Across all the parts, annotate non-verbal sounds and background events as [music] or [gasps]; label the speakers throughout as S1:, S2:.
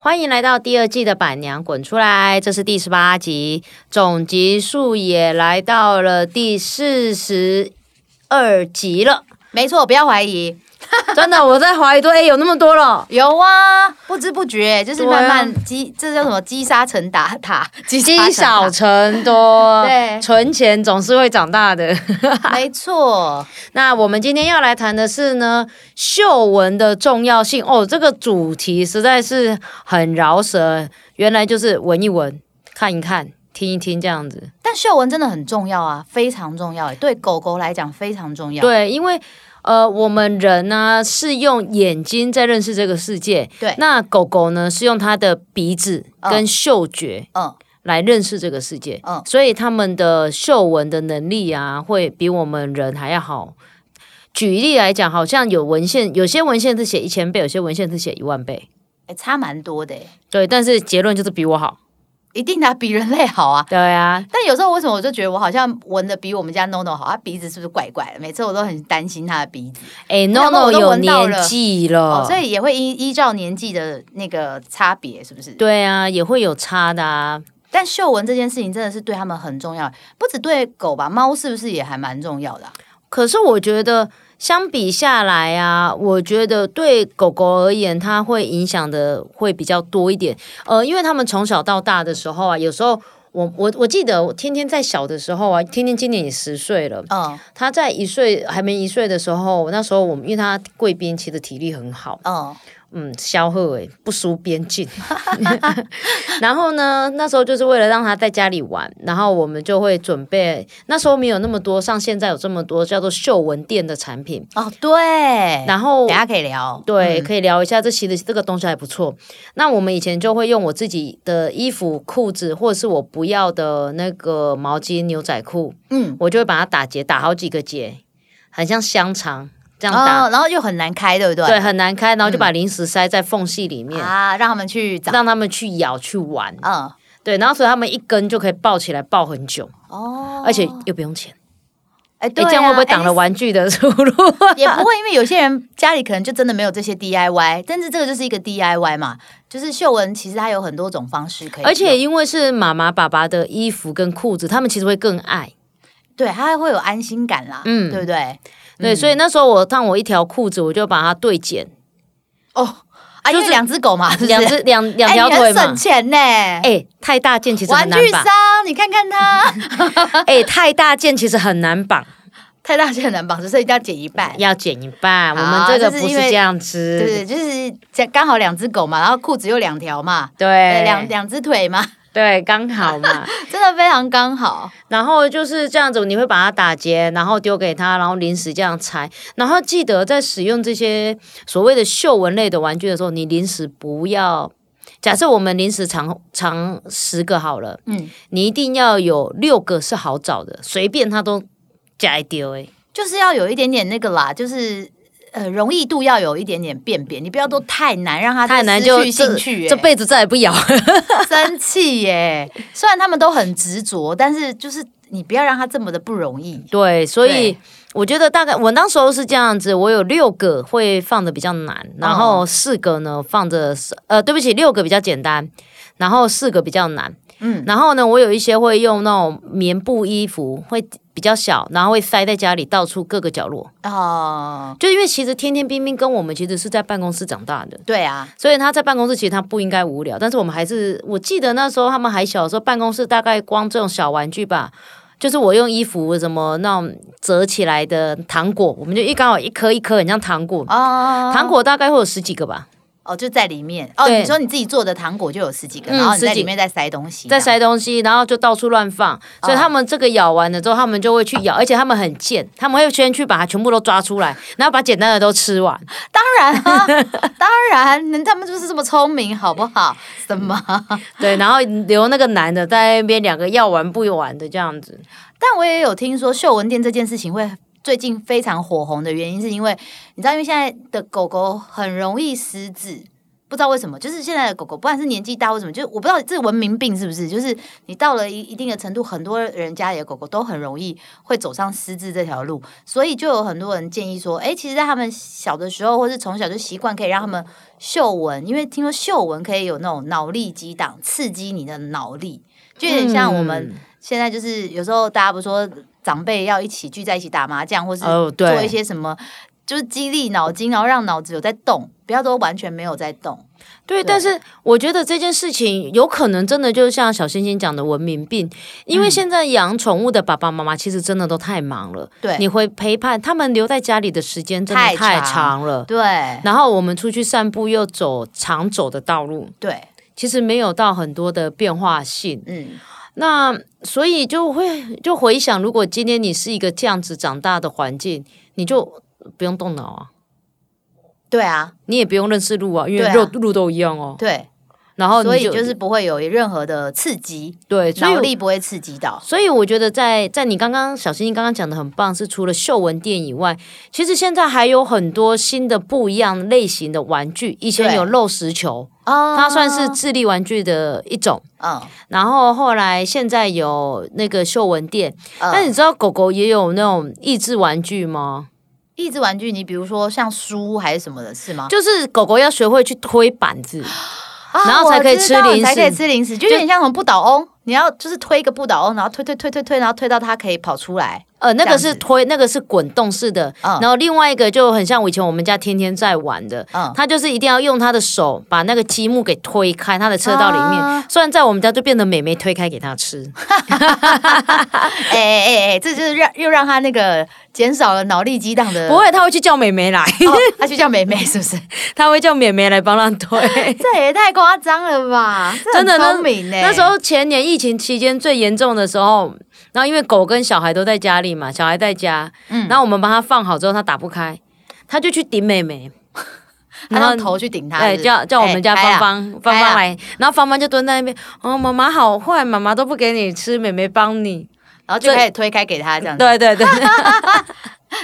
S1: 欢迎来到第二季的板娘滚出来，这是第十八集，总集数也来到了第四十二集了。
S2: 没错，不要怀疑，
S1: 真的，我在怀疑说，哎、有那么多了，
S2: 有啊，不知不觉就是
S1: 对啊
S2: 慢慢积，这叫什么积沙成打
S1: [laughs]
S2: 塔，积
S1: 积少成多，[laughs]
S2: 对
S1: 存钱总是会长大的。
S2: 塔，没错，
S1: 那我们今天要来谈的是呢，嗅闻的重要性哦。这个主题实在是很饶舌，原来就是闻一闻、看一看、听一听这样子。
S2: 但嗅闻真的很重要啊，非常重要耶，对狗狗来讲非常重要。
S1: 对，因为呃，我们人呢、是用眼睛在认识这个世界，
S2: 对
S1: 那狗狗呢是用它的鼻子
S2: 嗯
S1: 跟嗅觉。
S2: 嗯，
S1: 来认识这个世界，
S2: 嗯
S1: 所以他们的嗅闻的能力啊，会比我们人还要好。举例来讲，好像有文献，有些文献是写一千倍，有些文献是写一万倍，
S2: 诶欸差蛮多的耶，
S1: 对，但是结论就是比我好。
S2: 一定的啊、比人类好啊。
S1: 对啊，
S2: 但有时候为什么我就觉得我好像闻的比我们家 NONO 好？他啊鼻子是不是怪怪的？每次我都很担心他的鼻子，
S1: 哎
S2: 那
S1: ，NONO
S2: 我都
S1: 有
S2: 闻到了
S1: 年纪了，
S2: 哦，所以也会依依照年纪的那个差别，是不是？
S1: 对啊，也会有差的啊。
S2: 但嗅闻这件事情真的是对他们很重要，不止对狗吧，猫是不是也还蛮重要的啊、
S1: 可是我觉得相比下来啊，我觉得对狗狗而言，它会影响的会比较多一点。呃，因为他们从小到大的时候啊，有时候我我我记得我天天在小的时候啊，天天今年也十岁了。他在一岁还没一岁的时候，那时候我们因为他贵宾其实体力很好，
S2: 嗯嗯，
S1: 嗯，消耗诶不输边境。 [laughs] 然后呢，那时候就是为了让他在家里玩，然后我们就会准备，那时候没有那么多，像现在有这么多叫做嗅闻店的产品。
S2: 哦，对，
S1: 然后
S2: 等一下嗯可以聊。
S1: 对，可以聊一下，这其实这个东西还不错。那我们以前就会用我自己的衣服、裤子，或者是我不要的那个毛巾、牛仔裤，
S2: 嗯，
S1: 我就会把它打结，打好几个结，很像香肠这样打，
S2: 哦，然嗯后又很难开，对不对？
S1: 对，很难开，然后就把零食塞在缝隙里面。
S2: 啊，让他们去找。
S1: 让他们去咬去玩，
S2: 嗯，
S1: 对，然后所以他们一根就可以抱起来抱很久，
S2: 哦，
S1: 而且又不用钱。
S2: 哎，
S1: 哎、
S2: 对啊，
S1: 这样会不会挡了玩具的出路？
S2: 哎？ [laughs] 也不会，因为有些人家里可能就真的没有这些 DIY，但是这个就是一个 DIY 嘛，就是嗅闻其实它有很多种方式可以用，
S1: [laughs] 而且因为是妈妈爸爸的衣服跟裤子，他们其实会更爱。
S2: 对它会有安心感啦，
S1: 嗯
S2: 嗯，对不对？
S1: 对，所以
S2: 嗯
S1: 那时候我当我一条裤子，我就把它对剪，
S2: 哦，啊，
S1: 就是
S2: 就是两只狗嘛，是不是
S1: 两只
S2: [laughs]
S1: 两两
S2: 哎
S1: 条
S2: 你
S1: 腿
S2: 很
S1: 嘛
S2: 省。钱呢，
S1: 哎、太大件其实很
S2: 玩
S1: 难
S2: 具
S1: 绑
S2: 商。，你看看它，
S1: 哎、太大件其实很难绑，
S2: [laughs] 太大件很难绑，所以一定要剪一半。
S1: 要剪一半。我们
S2: 好
S1: 这个
S2: 这是
S1: 不是
S2: 因为
S1: 这样子。
S2: 对对，就是这刚好两只狗嘛，然后裤子又两条嘛，
S1: 对
S2: 呃两两只腿嘛， [laughs]
S1: 对，刚好嘛。
S2: 真的非常刚好。
S1: 然后就是这样子，你会把它打结，然后丢给它，然后临时这样拆。然后记得在使用这些所谓的嗅闻类的玩具的时候，你临时不要。假设我们临时藏藏十个好了，
S2: 嗯，
S1: 你一定要有六个是好找的，随便它都夹一丢哎。
S2: 就是要有一点点那个啦，就是呃容易度要有一点点辨别，你不要都太难，让它
S1: 太难就
S2: 失去兴趣哎
S1: 这
S2: 耶，
S1: 辈子再也不咬。
S2: [laughs] 生气耶。虽然他们都很执着，但是就是你不要让它这么的不容易。
S1: 对，所以
S2: 对
S1: 我觉得大概我那时候是这样子，我有六个会放的比较难，然
S2: 哦
S1: 后四个呢放着是呃，对不起，六个比较简单，然后四个比较难。嗯
S2: 嗯，
S1: 然后呢，我有一些会用那种棉布衣服，会比较小，然后会塞在家里到处各个角落。
S2: 哦，
S1: 就因为其实天天冰冰跟我们其实是在办公室长大的，
S2: 对啊，
S1: 所以他在办公室其实他不应该无聊，但是我们还是，我记得那时候他们还小的时候，办公室大概光这种小玩具吧，就是我用衣服什么那种折起来的糖果，我们就一刚好一颗一颗，很像糖果，
S2: 哦，
S1: 糖果大概会有十几个吧，
S2: 哦，就在里面哦。
S1: 对
S2: 你说你自己做的糖果就有十几个，
S1: 嗯
S2: 然后你
S1: 十
S2: 在
S1: 几
S2: 里面再塞东西，
S1: 在塞东西，然后就到处乱
S2: 哦
S1: 放，所以他们这个咬完了之后，他们就会去咬，而且他们很贱，他们会先去把它全部都抓出来，然后把简单的都吃完。
S2: 当然啊，当然，人他们就是这么聪明，好不好？什么？
S1: 对，然后留那个男的在那边两个要玩不玩的这样子，
S2: 但我也有听说嗅闻店这件事情会最近非常火红的原因，是因为你知道，因为现在的狗狗很容易失智，不知道为什么，就是现在的狗狗，不管是年纪大或什么，就是我不知道这是文明病是不是？就是你到了一一定的程度，很多人家里的狗狗都很容易会走上失智这条路，所以就有很多人建议说，哎，其实在他们小的时候，或是从小就习惯可以让他们嗅闻，因为听说嗅闻可以有那种脑力激荡，刺激你的脑力，就有点
S1: 嗯
S2: 像我们现在就是有时候大家不是说长辈要一起聚在一起打麻将，或是
S1: 哦对
S2: 做一些什么，就是激励脑筋，然后让脑子有在动，不要都完全没有在动。
S1: 对，但是我觉得这件事情有可能真的就像小星星讲的文明病，因
S2: 嗯
S1: 为现在养宠物的爸爸妈妈其实真的都太忙了，
S2: 对
S1: 你会陪伴他们留在家里的时间真的
S2: 太
S1: 太
S2: 长
S1: 长了。
S2: 对
S1: 然后我们出去散步又走常走的道路，
S2: 对，
S1: 其实没有到很多的变化性。
S2: 嗯，
S1: 那所以就会就回想，如果今天你是一个这样子长大的环境，你就不用动脑啊，
S2: 对啊，
S1: 你也不用认识路啊，因为
S2: 对啊
S1: 路、路都一样哦。
S2: 对，
S1: 然后你
S2: 所以
S1: 就
S2: 就是不会有任何的刺激，
S1: 对，所以
S2: 脑力不会刺激到。
S1: 所以我觉得在，在你刚刚小星星刚刚讲的很棒，是除了嗅闻垫以外，其实现在还有很多新的不一样类型的玩具。以前
S2: 对
S1: 有肉食球，
S2: 哦
S1: 它算是智力玩具的一种。
S2: 嗯，
S1: 然后后来现在有那个嗅闻垫，但
S2: 嗯
S1: 你知道狗狗也有那种益智玩具吗？
S2: 益智玩具，你比如说像书还是什么的，是吗？
S1: 就是狗狗要学会去推板子，
S2: 啊
S1: 然后才可以吃
S2: 我知道
S1: 零食
S2: 才可以吃零食，就有点像什么不倒翁，你要就是推一个不倒翁，然后推推推推推，然后推到它可以跑出来。
S1: 呃，那
S2: 这
S1: 个
S2: 样子
S1: 是推，那个是滚动式的，
S2: 嗯
S1: 然后另外一个就很像我以前我们家天天在玩的，
S2: 嗯
S1: 他就是一定要用他的手把那个积木给推开，他的车道里面。
S2: 啊
S1: 虽然在我们家就变得美眉推开给他
S2: [laughs]
S1: 吃，
S2: 哎哎哎哎，这就是让又让它那个减少了脑力激荡的。
S1: 不会，他会去叫美眉来，
S2: 哦，它就叫美美是不是？
S1: [laughs]
S2: [laughs]
S1: 他会叫美眉来帮他推。
S2: 这也太夸张了吧！ [laughs] 这
S1: 真
S2: 很
S1: 的那
S2: 聪明欸呢。
S1: 那时候前年疫情期间最严重的时候，然后因为狗跟小孩都在家里嘛，小孩在家，
S2: 嗯
S1: 然后我们帮他放好之后，他打不开，他就去顶美眉。
S2: 他让头去顶它，
S1: 对，
S2: 是不是
S1: 叫叫我们家
S2: 哎开
S1: 芳
S2: 啊
S1: 芳芳
S2: 开
S1: 芳
S2: 啊
S1: 来，然后芳芳就蹲在那边，哦，妈妈好坏，妈妈都不给你吃，妹妹帮你。
S2: 然后就开始推开给他这样子。
S1: [laughs] 对对对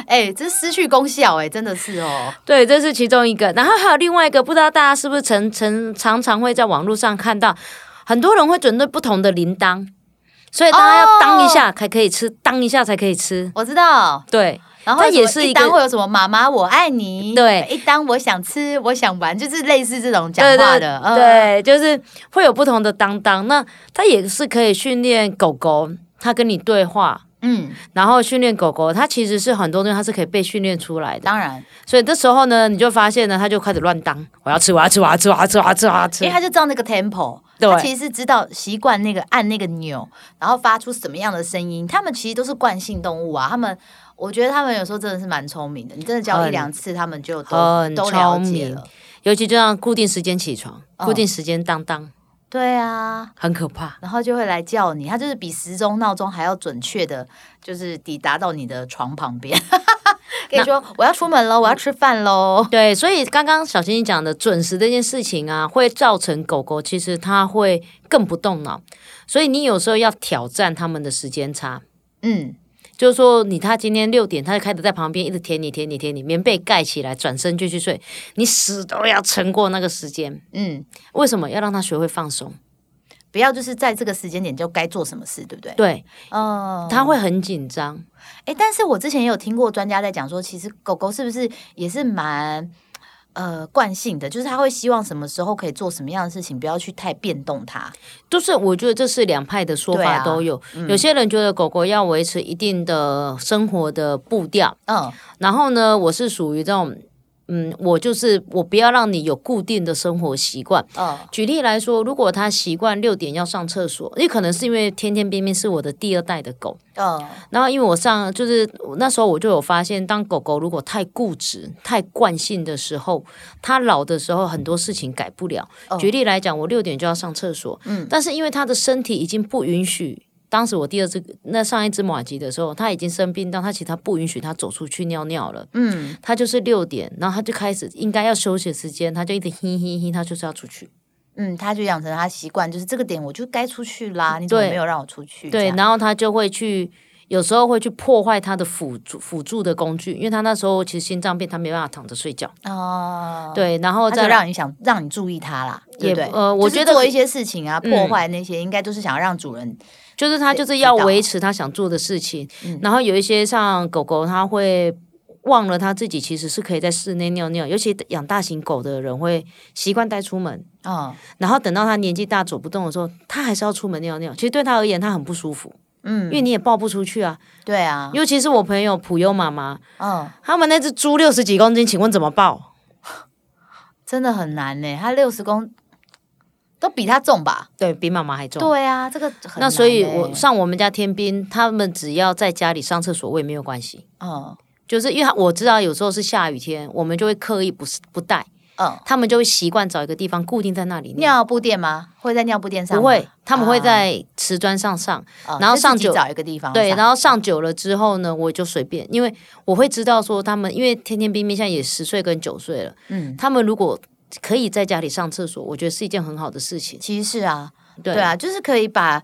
S2: 哎、这失去功效哎、真的是哦。
S1: 对，这是其中一个。然后还有另外一个，不知道大家是不是常常常常会在网络上看到，很多人会准备不同的铃铛，所以大家要当一下
S2: 哦
S1: 才可以吃，当一下才可以吃。
S2: 我知道，
S1: 对，
S2: 然后
S1: 它也
S2: 有什么
S1: 是一
S2: 一
S1: 个
S2: 单会有什么妈妈我爱你，
S1: 对
S2: 一单我想吃我想玩，就是类似这种讲
S1: 对
S2: 话
S1: 对
S2: 的，嗯，
S1: 对，就是会有不同的当当。那它也是可以训练狗狗，它跟你对话。
S2: 嗯，
S1: 然后训练狗狗，它其实是很多东西它是可以被训练出来的。
S2: 当然，
S1: 所以这时候呢，你就发现呢，它就开始乱当，我要吃，我要吃，我要吃，我要吃，我要吃，我要吃
S2: [laughs] 因为。他就知道那个 tempo，
S1: 对
S2: 他其实是知道习惯那个按那个钮，然后发出什么样的声音，他们其实都是惯性动物啊，他们。我觉得他们有时候真的是蛮聪明的，你真的教
S1: 很
S2: 一两次，他们就都
S1: 很
S2: 都了解
S1: 哦聪明
S2: 了。
S1: 尤其就像固定时间起床，
S2: 嗯
S1: 固定时间当当，
S2: 对啊，
S1: 很可怕。
S2: 然后就会来叫你，它就是比时钟、闹钟还要准确的，就是抵达到你的床
S1: [laughs]
S2: 旁边。可以说我要出门
S1: 嗯
S2: 喽，我要吃饭喽。
S1: 对，所以刚刚小星星讲的准时这件事情啊，会造成狗狗其实它会更不动脑，所以你有时候要挑战它们的时间差。
S2: 嗯，
S1: 就是说，你他今天六点，他就开始在旁边一直舔你、舔你、舔你，棉被盖起来，转身就去睡，你死都要撑过那个时间。
S2: 嗯，
S1: 为什么要让他学会放松？
S2: 不要就是在这个时间点就该做什么事，对不对？
S1: 对，
S2: 嗯，
S1: 他会很紧张。
S2: 哎，但是我之前也有听过专家在讲说，其实狗狗是不是也是蛮。呃，惯性的就是它会希望什么时候可以做什么样的事情，不要去太变动它。
S1: 就是我觉得这是两派的说
S2: 对
S1: 法
S2: 啊
S1: 都有，有些人觉得狗狗要维持一定的生活的步调，
S2: 嗯，
S1: 然后呢，我是属于这种，嗯，我就是我不要让你有固定的生活习惯。
S2: 嗯，
S1: 举例来说，如果他习惯六点要上厕所，也可能是因为天天边边是我的第二代的狗，
S2: 嗯，
S1: 然后因为我上就是那时候我就有发现，当狗狗如果太固执、太惯性的时候，它老的时候很多事情改不了。
S2: 哦
S1: 举例来讲，我六点就要上厕所，嗯，但是因为它的身体已经不允许。当时我第二只那上一只马吉的时候，它已经生病到它其实它不允许它走出去尿尿了，
S2: 嗯，
S1: 它就是六点，然后它就开始应该要休息时间，它就一直嘿嘿嘿，它就是要出去。
S2: 嗯，它就养成它习惯，就是这个点我就该出去啦，你怎么
S1: 对
S2: 没有让我出去？这
S1: 对，
S2: 样
S1: 然后他就会去有时候会去破坏它的辅助辅助的工具，因为它那时候其实心脏病，它没办法躺着睡觉。
S2: 哦，，
S1: 对，然后
S2: 他
S1: 再
S2: 就
S1: 来
S2: 让你想让你注意他啦，对
S1: 也
S2: 不对？
S1: 呃我
S2: 就
S1: 觉
S2: 是
S1: 得
S2: 做一些事情啊，
S1: 嗯
S2: 破坏那些，应该都是想要让主人
S1: 就是它就是要维持它想做的事情，
S2: 嗯
S1: 然后有一些像狗狗，它会。忘了它自己其实是可以在室内尿尿，尤其养大型狗的人会习惯带出门，
S2: 嗯
S1: 然后等到它年纪大走不动的时候，它还是要出门尿尿。其实对它而言，它很不舒服，因
S2: 嗯，
S1: 为你也抱不出去啊。
S2: 对啊，
S1: 尤其是我朋友普优妈妈，
S2: 嗯，
S1: 他们那只猪六十几公斤，请问怎么抱？
S2: 真的很难呢。他六十公都比他重吧？
S1: 对比妈妈还重。
S2: 对啊，这个很
S1: 那
S2: 难
S1: 所以
S2: 欸
S1: 我上我们家天兵，他们只要在家里上厕所，我也没有关系。
S2: 嗯
S1: 就是因为他我知道有时候是下雨天，我们就会刻意不是不带，
S2: 嗯，
S1: 他们就会习惯找一个地方固定在那里尿。
S2: 尿布垫吗？会在尿布垫上
S1: 不
S2: 吗？
S1: 会，他们会
S2: 啊
S1: 在瓷砖上上，
S2: 哦
S1: 然后
S2: 就
S1: 上
S2: 自己
S1: 酒
S2: 找一个地方
S1: 对，
S2: 上
S1: 然后上久了之后呢，我就随便，因为我会知道说他们，因为天天冰冰现在也十岁跟九岁了，
S2: 嗯，
S1: 他们如果可以在家里上厕所，我觉得是一件很好的事情。
S2: 其实是啊，
S1: 对
S2: 对啊，就是可以把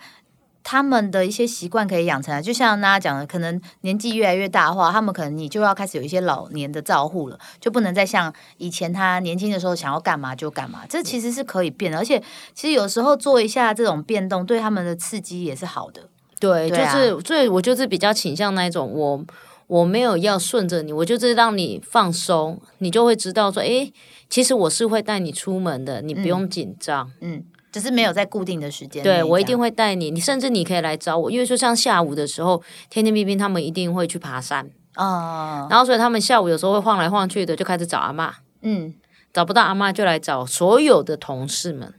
S2: 他们的一些习惯可以养成啊。就像大家讲的，可能年纪越来越大的话，他们可能你就要开始有一些老年的照护了，就不能再像以前他年轻的时候想要干嘛就干嘛。这其实是可以变的，而且其实有时候做一下这种变动，对他们的刺激也是好的。
S1: 对，
S2: 对啊
S1: 就是所以，我就是比较倾向那一种，我我没有要顺着你，我就是让你放松，你就会知道说，诶，其实我是会带你出门的，你不用紧张。
S2: 嗯，只是没有在固定的时间内这样。
S1: 对我一定会带你，你甚至你可以来找我，因为说像下午的时候，天天冰冰他们一定会去爬山，
S2: 啊，
S1: 然后所以他们下午有时候会晃来晃去的，就开始找阿嬷，
S2: 嗯，
S1: 找不到阿嬷就来找所有的同事们。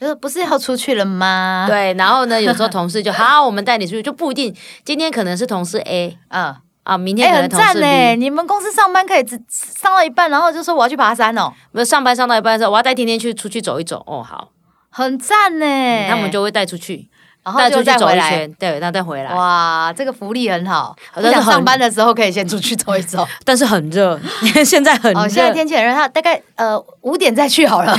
S2: 就是啊不是要出去了吗？，
S1: 对，然后呢，有时候同
S2: [laughs]
S1: 事就好，我们带你出去，就不一定今天可能是同事 A
S2: 嗯，
S1: 啊，明天
S2: 哎、
S1: 可能
S2: 很
S1: 同事
S2: 赞
S1: B，、
S2: 呢！你们公司上班可以只上到一半，然后就说我要去爬山哦，
S1: 我上班上到一半的时候，我要带天天去出去走一走。哦，好，
S2: 很赞呢、
S1: 他嗯们就会带出去，
S2: 然后
S1: 带出
S2: 哎哦就
S1: 去
S2: 再
S1: 走
S2: 回
S1: 一
S2: 来。
S1: 圈，对，那再回来。
S2: 哇，这个福利很好！我
S1: 但是
S2: 想
S1: 很
S2: 上班的时候可以先出去走一走。
S1: 但是很热， [laughs] 现在很热。
S2: 哦，现在天气很热，他大概呃五点再去
S1: [laughs]
S2: 好了，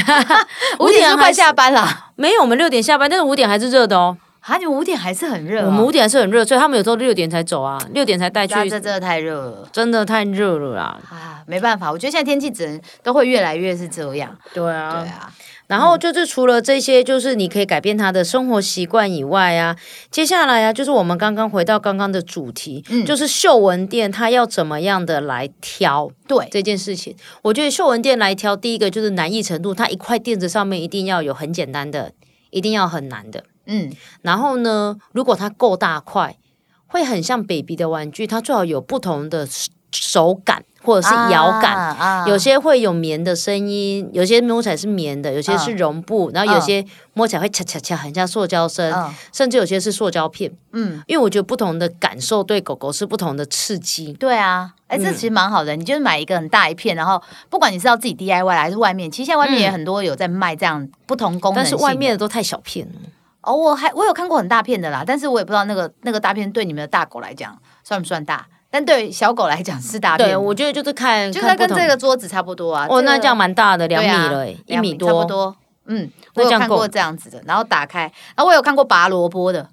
S2: 五
S1: 五
S2: 点
S1: 点
S2: 是
S1: 还
S2: 快下班啦。
S1: 没有，我们六点下班，但是五点还是热的哦。
S2: 啊，你们五点还是很热、哦，
S1: 我们五点还是很热，所以他们有时候六点才走啊，六点才带去
S2: 那，这真的太热了
S1: 真的太热了啦。
S2: 啊，没办法，我觉得现在天气只能都会越来越是这样。
S1: 对
S2: 对
S1: 啊，
S2: 啊，
S1: 然后就是除了这些，就是你可以改变他的生活习惯以外啊，接下来啊，就是我们刚刚回到刚刚的主题，
S2: 嗯
S1: 就是秀文店它要怎么样的来挑。
S2: 对，
S1: 这件事情，我觉得秀文店来挑，第一个就是难易程度，它一块垫子上面一定要有很简单的，一定要很难的。
S2: 嗯，
S1: 然后呢，如果它够大块，会很像 baby 的玩具，它最好有不同的手感或者是摇感。
S2: 啊，啊
S1: 有些会有棉的声音，有些摸起来是棉的，有些
S2: 嗯
S1: 是绒布，然后有些摸起来会恰恰恰，很像塑胶声，
S2: 嗯
S1: 甚至有些是塑胶片。
S2: 嗯，
S1: 因为我觉得不同的感受对狗狗是不同的刺激。
S2: 对啊，哎、
S1: 嗯
S2: 这其实蛮好的。你就是买一个很大一片，然后不管你是要自己 DIY 还是外面，其实现在外面也很多有在卖这样不同功能
S1: 嗯但
S2: 性
S1: 是
S2: 的。
S1: 外面的都太小片了，
S2: 哦，我还我有看过很大片的啦，但是我也不知道那个那个大片对你们的大狗来讲算不算大，但对小狗来讲是大片。
S1: 对我觉得就是看，
S2: 就是
S1: 看
S2: 它
S1: 不
S2: 跟
S1: 同
S2: 这个桌子差不多啊。
S1: 哦，那
S2: 个
S1: 这样蛮大的，两米
S2: 对啊
S1: 了欸，一
S2: 两
S1: 米
S2: 差不
S1: 多。
S2: 多。嗯，我
S1: 那
S2: 有
S1: 这样
S2: 看
S1: 够
S2: 过
S1: 了
S2: 这样子的，然后打开，然后我有看过拔萝卜的，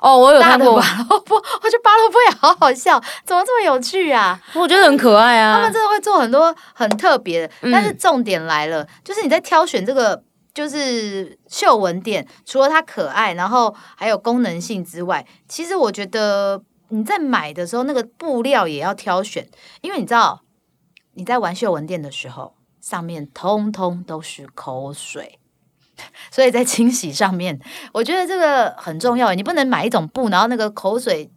S1: 哦，我有
S2: 大
S1: 看
S2: 的
S1: 过，
S2: 拔萝卜， [laughs] 我觉得拔萝卜也好好笑，怎么这么有趣啊？
S1: 我觉得很可爱
S2: 他们
S1: 啊。
S2: 真的会做很多很特别的，
S1: 嗯
S2: 但是重点来了，就是你在挑选这个就是嗅闻店，除了它可爱，然后还有功能性之外，其实我觉得你在买的时候，那个布料也要挑选，因为你知道你在玩嗅闻店的时候，上面通通都是口水。所以在清洗上面，我觉得这个很重要。你不能买一种布，然后那个口水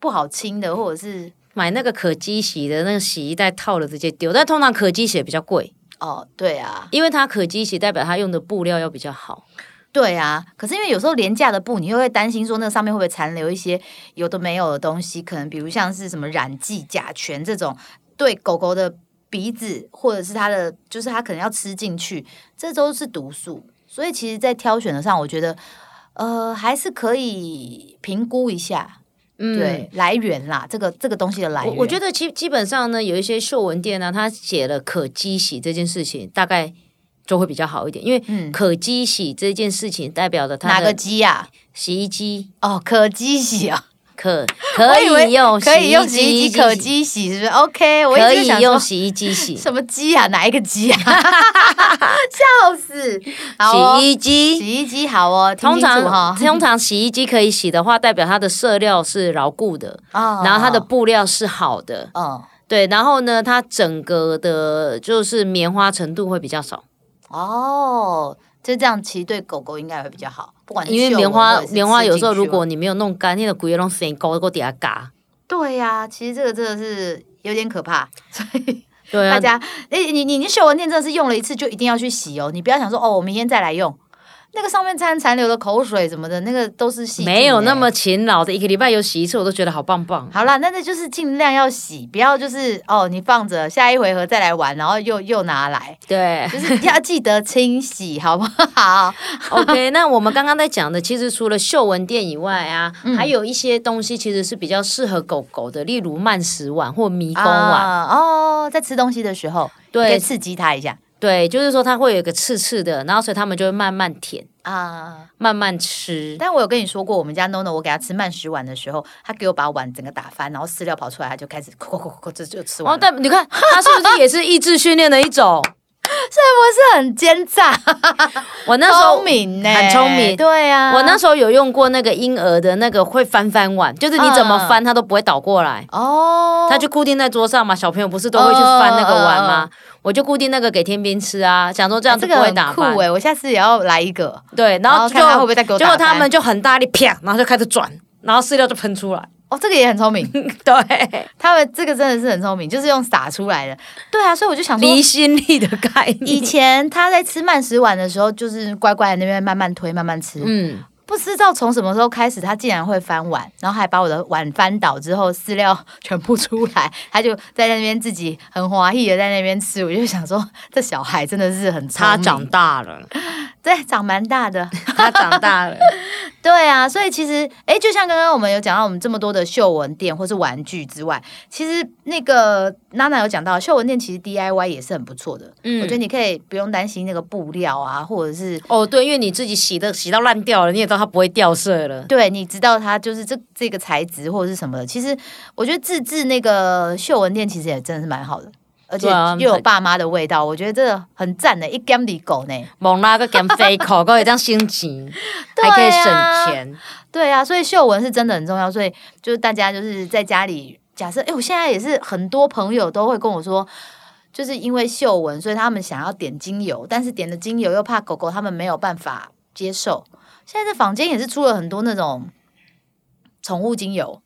S2: 不好清的，或者是
S1: 买那个可机洗的那个洗衣袋套了直接丢，但通常可机洗也比较贵，
S2: 哦，对啊，
S1: 因为它可机洗代表它用的布料要比较好。
S2: 对啊，可是因为有时候廉价的布，你又会担心说那上面会不会残留一些有的没有的东西，可能比如像是什么染剂、甲醛这种，对狗狗的鼻子或者是它的，就是它可能要吃进去，这都是毒素。所以其实，在挑选的上，我觉得，呃，还是可以评估一下，
S1: 嗯，
S2: 对、来源啦，这个这个东西的来
S1: 我
S2: 源，
S1: 我觉
S2: 得
S1: 得基基本上呢，有一些秀文店呢、它写了可机洗这件事情，大概就会比较好一点，因为
S2: 嗯
S1: 可机洗这件事情代表着它
S2: 哪个
S1: 的
S2: 鸡呀、啊
S1: 洗衣机
S2: 哦，可鸡洗啊，
S1: 可
S2: [laughs] 我
S1: 可
S2: 以为
S1: 以用
S2: 可以用洗
S1: 衣
S2: 衣机、可机洗，是不是？OK，我
S1: 可
S2: 一直
S1: 以
S2: 想
S1: 用
S2: 说
S1: 洗衣机洗，
S2: 什么机啊？哪一个机
S1: [laughs]
S2: 啊？笑死！ [laughs] 好哦
S1: 洗衣机。
S2: 洗衣机好哦，听
S1: 通
S2: 清楚哈
S1: 常。 [laughs] 通常洗衣机可以洗的话，代表它的色料是牢固的，
S2: 哦
S1: 然后它的布料是好的，
S2: 嗯
S1: 对，然后呢，它整个的就是棉花程度会比较少，
S2: 哦，就这样，其实对狗狗应该会比较好，不管是
S1: 因为
S2: 嗅
S1: 棉
S2: 闻
S1: 花
S2: 或者是
S1: 棉花
S2: 吃
S1: 有
S2: 进
S1: 时候
S2: 去
S1: 如
S2: 闻
S1: 果你没有弄干，那个骨也弄生高给底下嘎，
S2: 对呀、其实这个真的是有点可怕，
S1: 嗯
S2: 所以
S1: 对啊
S2: 大，家，哎、你你你嗅闻垫真的是用了一次就一定要去洗哦，你不要想说哦，我明天再来用，那个上面残残留的口水什么的，那个都是细、
S1: 没有那。么勤劳的，一个礼拜有洗一次，我都觉得好棒棒。
S2: 好啦，那那就是尽量要洗，不要就是哦，你放着下一回合再来玩，然后又又拿来，
S1: [laughs] 对
S2: 就是要记得清洗，好不好？
S1: [laughs] ，OK，那我们刚刚在讲的，其实除了嗅闻垫以外啊，
S2: 嗯
S1: 还有一些东西其实是比较适合狗狗的，例如慢食碗或迷宫碗。
S2: 啊哦，在吃东西的时候，
S1: 对
S2: 可以刺激它一下
S1: 对，就是说它会有一个刺刺的，然后所以它们就会慢慢舔，
S2: 啊。
S1: 慢慢吃。
S2: 但我有跟你说过，我们家 NONO，我给他吃慢食碗的时候，他给我把碗整个打翻，然后饲料跑出来，他就开始咕咕咕咕咕，这就吃
S1: 哦，
S2: 完了。
S1: 但你看，它是不是也是意志训练的一种？
S2: 是不是很奸 [laughs] 诈？
S1: 我那时候
S2: 聪明呢、
S1: 很聪明
S2: 嗯对啊，
S1: 我那时候有用过那个婴儿的那个会翻翻碗，就是你怎么
S2: 嗯
S1: 翻它都不会倒过来，
S2: 哦，
S1: 它就固定在桌上嘛。小朋友不是都会去翻那个碗吗？我就固定那个给天边吃啊，想说这样
S2: 这
S1: 就
S2: 个
S1: 不会
S2: 很
S1: 打
S2: 酷
S1: 翻。
S2: 哦哎、我下次也要来一个。
S1: 对，然
S2: 然
S1: 后
S2: 后
S1: 就
S2: 看它会不会再给我
S1: 结
S2: 打
S1: 果
S2: 翻
S1: 他们就很大力啪，然后就开始转，然后饲料就喷出
S2: [laughs]
S1: 来。
S2: 哦，这个也很聪明，
S1: 对，
S2: 他们这个真的是很聪明，就是用撒出来的。对啊，所以我就想说
S1: 离，心力的概
S2: 以
S1: 念。
S2: 前他在吃慢食碗的时候，就是乖乖的那边慢慢推，慢慢吃。
S1: 嗯，
S2: 不知道从什么时候开始，他竟然会翻碗，然后还把我的碗翻倒之后，饲料全部出来，他就在那边自己很华丽的在那边吃。我就想说，这小孩真的是很聪
S1: 他
S2: 明
S1: 长大了，
S2: [laughs] 对长蛮大的，
S1: 他长大了。
S2: 对啊，所以其实哎，诶就像刚刚我们有讲到，我们这么多的嗅闻垫或是玩具之外，其实那个娜娜有讲到，嗅闻垫其实 DIY 也是很不错的。
S1: 嗯
S2: 我觉得你可以不用担心那个布料啊，或者是
S1: 哦，对，因为你自己洗的洗到烂掉了，你也知道它不会掉色了。
S2: 对你知道它就是这这个材质或者是什么的。其实我觉得自制那个嗅闻垫其实也真的是蛮好的，而且
S1: 对啊
S2: 又有爸妈的味道，我觉得这个很赞的，一 g a m 狗呢。
S1: 猛拉个减肥口，够有这样心 [laughs] 情，
S2: 对
S1: 还可以省
S2: 啊
S1: 钱。
S2: 对啊，所以嗅闻是真的很重要，所以就是大家就是在家里，假设哎，诶我现在也是很多朋友都会跟我说。就是因为嗅闻，所以他们想要点精油，但是点的精油又怕狗狗他们没有办法接受。现在在坊间也是出了很多那种宠物精油，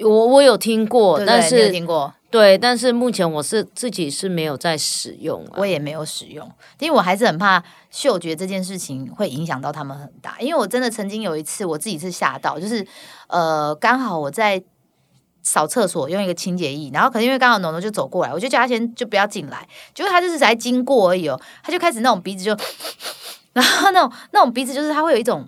S1: 我我有听过，
S2: 对不对？
S1: 但
S2: 你有
S1: 是
S2: 听过？
S1: 对，但是目前我是自己是没有在使用、啊
S2: 我。也没有使用，因为我还是很怕嗅觉这件事情会影响到他们很大。因为我真的曾经有一次，我自己是吓到，就是呃，刚好我在扫厕所用一个清洁液，然后可能因为刚好农农就走过来，我就叫他先就不要进来，结果他就是才经过而已哦，他就开始那种鼻子就， [laughs] 然后那种那种鼻子就是他会有一种。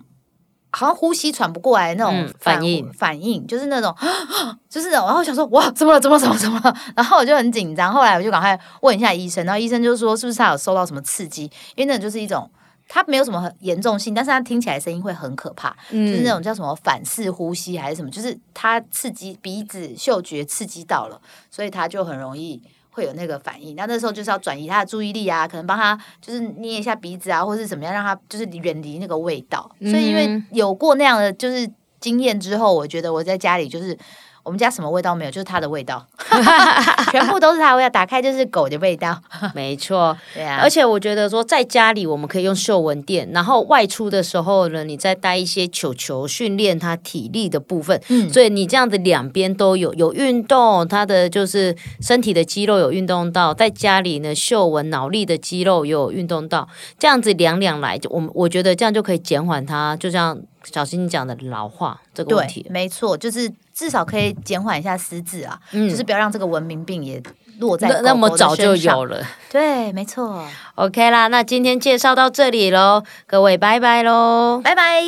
S2: 好像呼吸喘不过来那种
S1: 嗯反应，
S2: 反应就是那种， [gasps] 就是那种。然后我想说，哇，怎么了？怎么了？怎么了？怎么了？然后我就很紧张。后来我就赶快问一下医生，然后医生就说，是不是他有受到什么刺激？因为那就是一种，它没有什么很严重性，但是它听起来声音会很可怕。就是
S1: 嗯，
S2: 那种叫什么反式呼吸还是什么，就是它刺激鼻子嗅觉刺激到了，所以它就很容易会有那个反应。那那时候就是要转移它的注意力啊，可能帮它就是捏一下鼻子啊，或是怎么样，让它就是远离那个味道。
S1: 嗯
S2: 所以因为有过那样的就是经验之后，我觉得我在家里就是。我们家什么味道没有？就是它的
S1: [laughs]
S2: 味道，全部都是它的味道。打开就是狗的味道。
S1: 没错。
S2: 对啊，
S1: 而且我觉得说，在家里我们可以用嗅闻垫，然后外出的时候呢，你再带一些球球训练它体力的部分。
S2: 嗯
S1: 所以你这样子两边都有，有运动，它的就是身体的肌肉有运动到，在家里呢嗅闻脑力的肌肉也有运动到，这样子两两来，就我们我觉得这样就可以减缓它，就像小新你讲的老化这个问题
S2: 对，。没错，就是至少可以减缓一下失智啊，
S1: 嗯
S2: 就是不要让这个文明病也落在
S1: 那那
S2: 狗狗
S1: 么
S2: 的
S1: 早就
S2: 身上。
S1: 有了
S2: 对，没错，
S1: ，OK 啦，那今天介绍到这里喽，各位拜拜喽。
S2: 拜拜。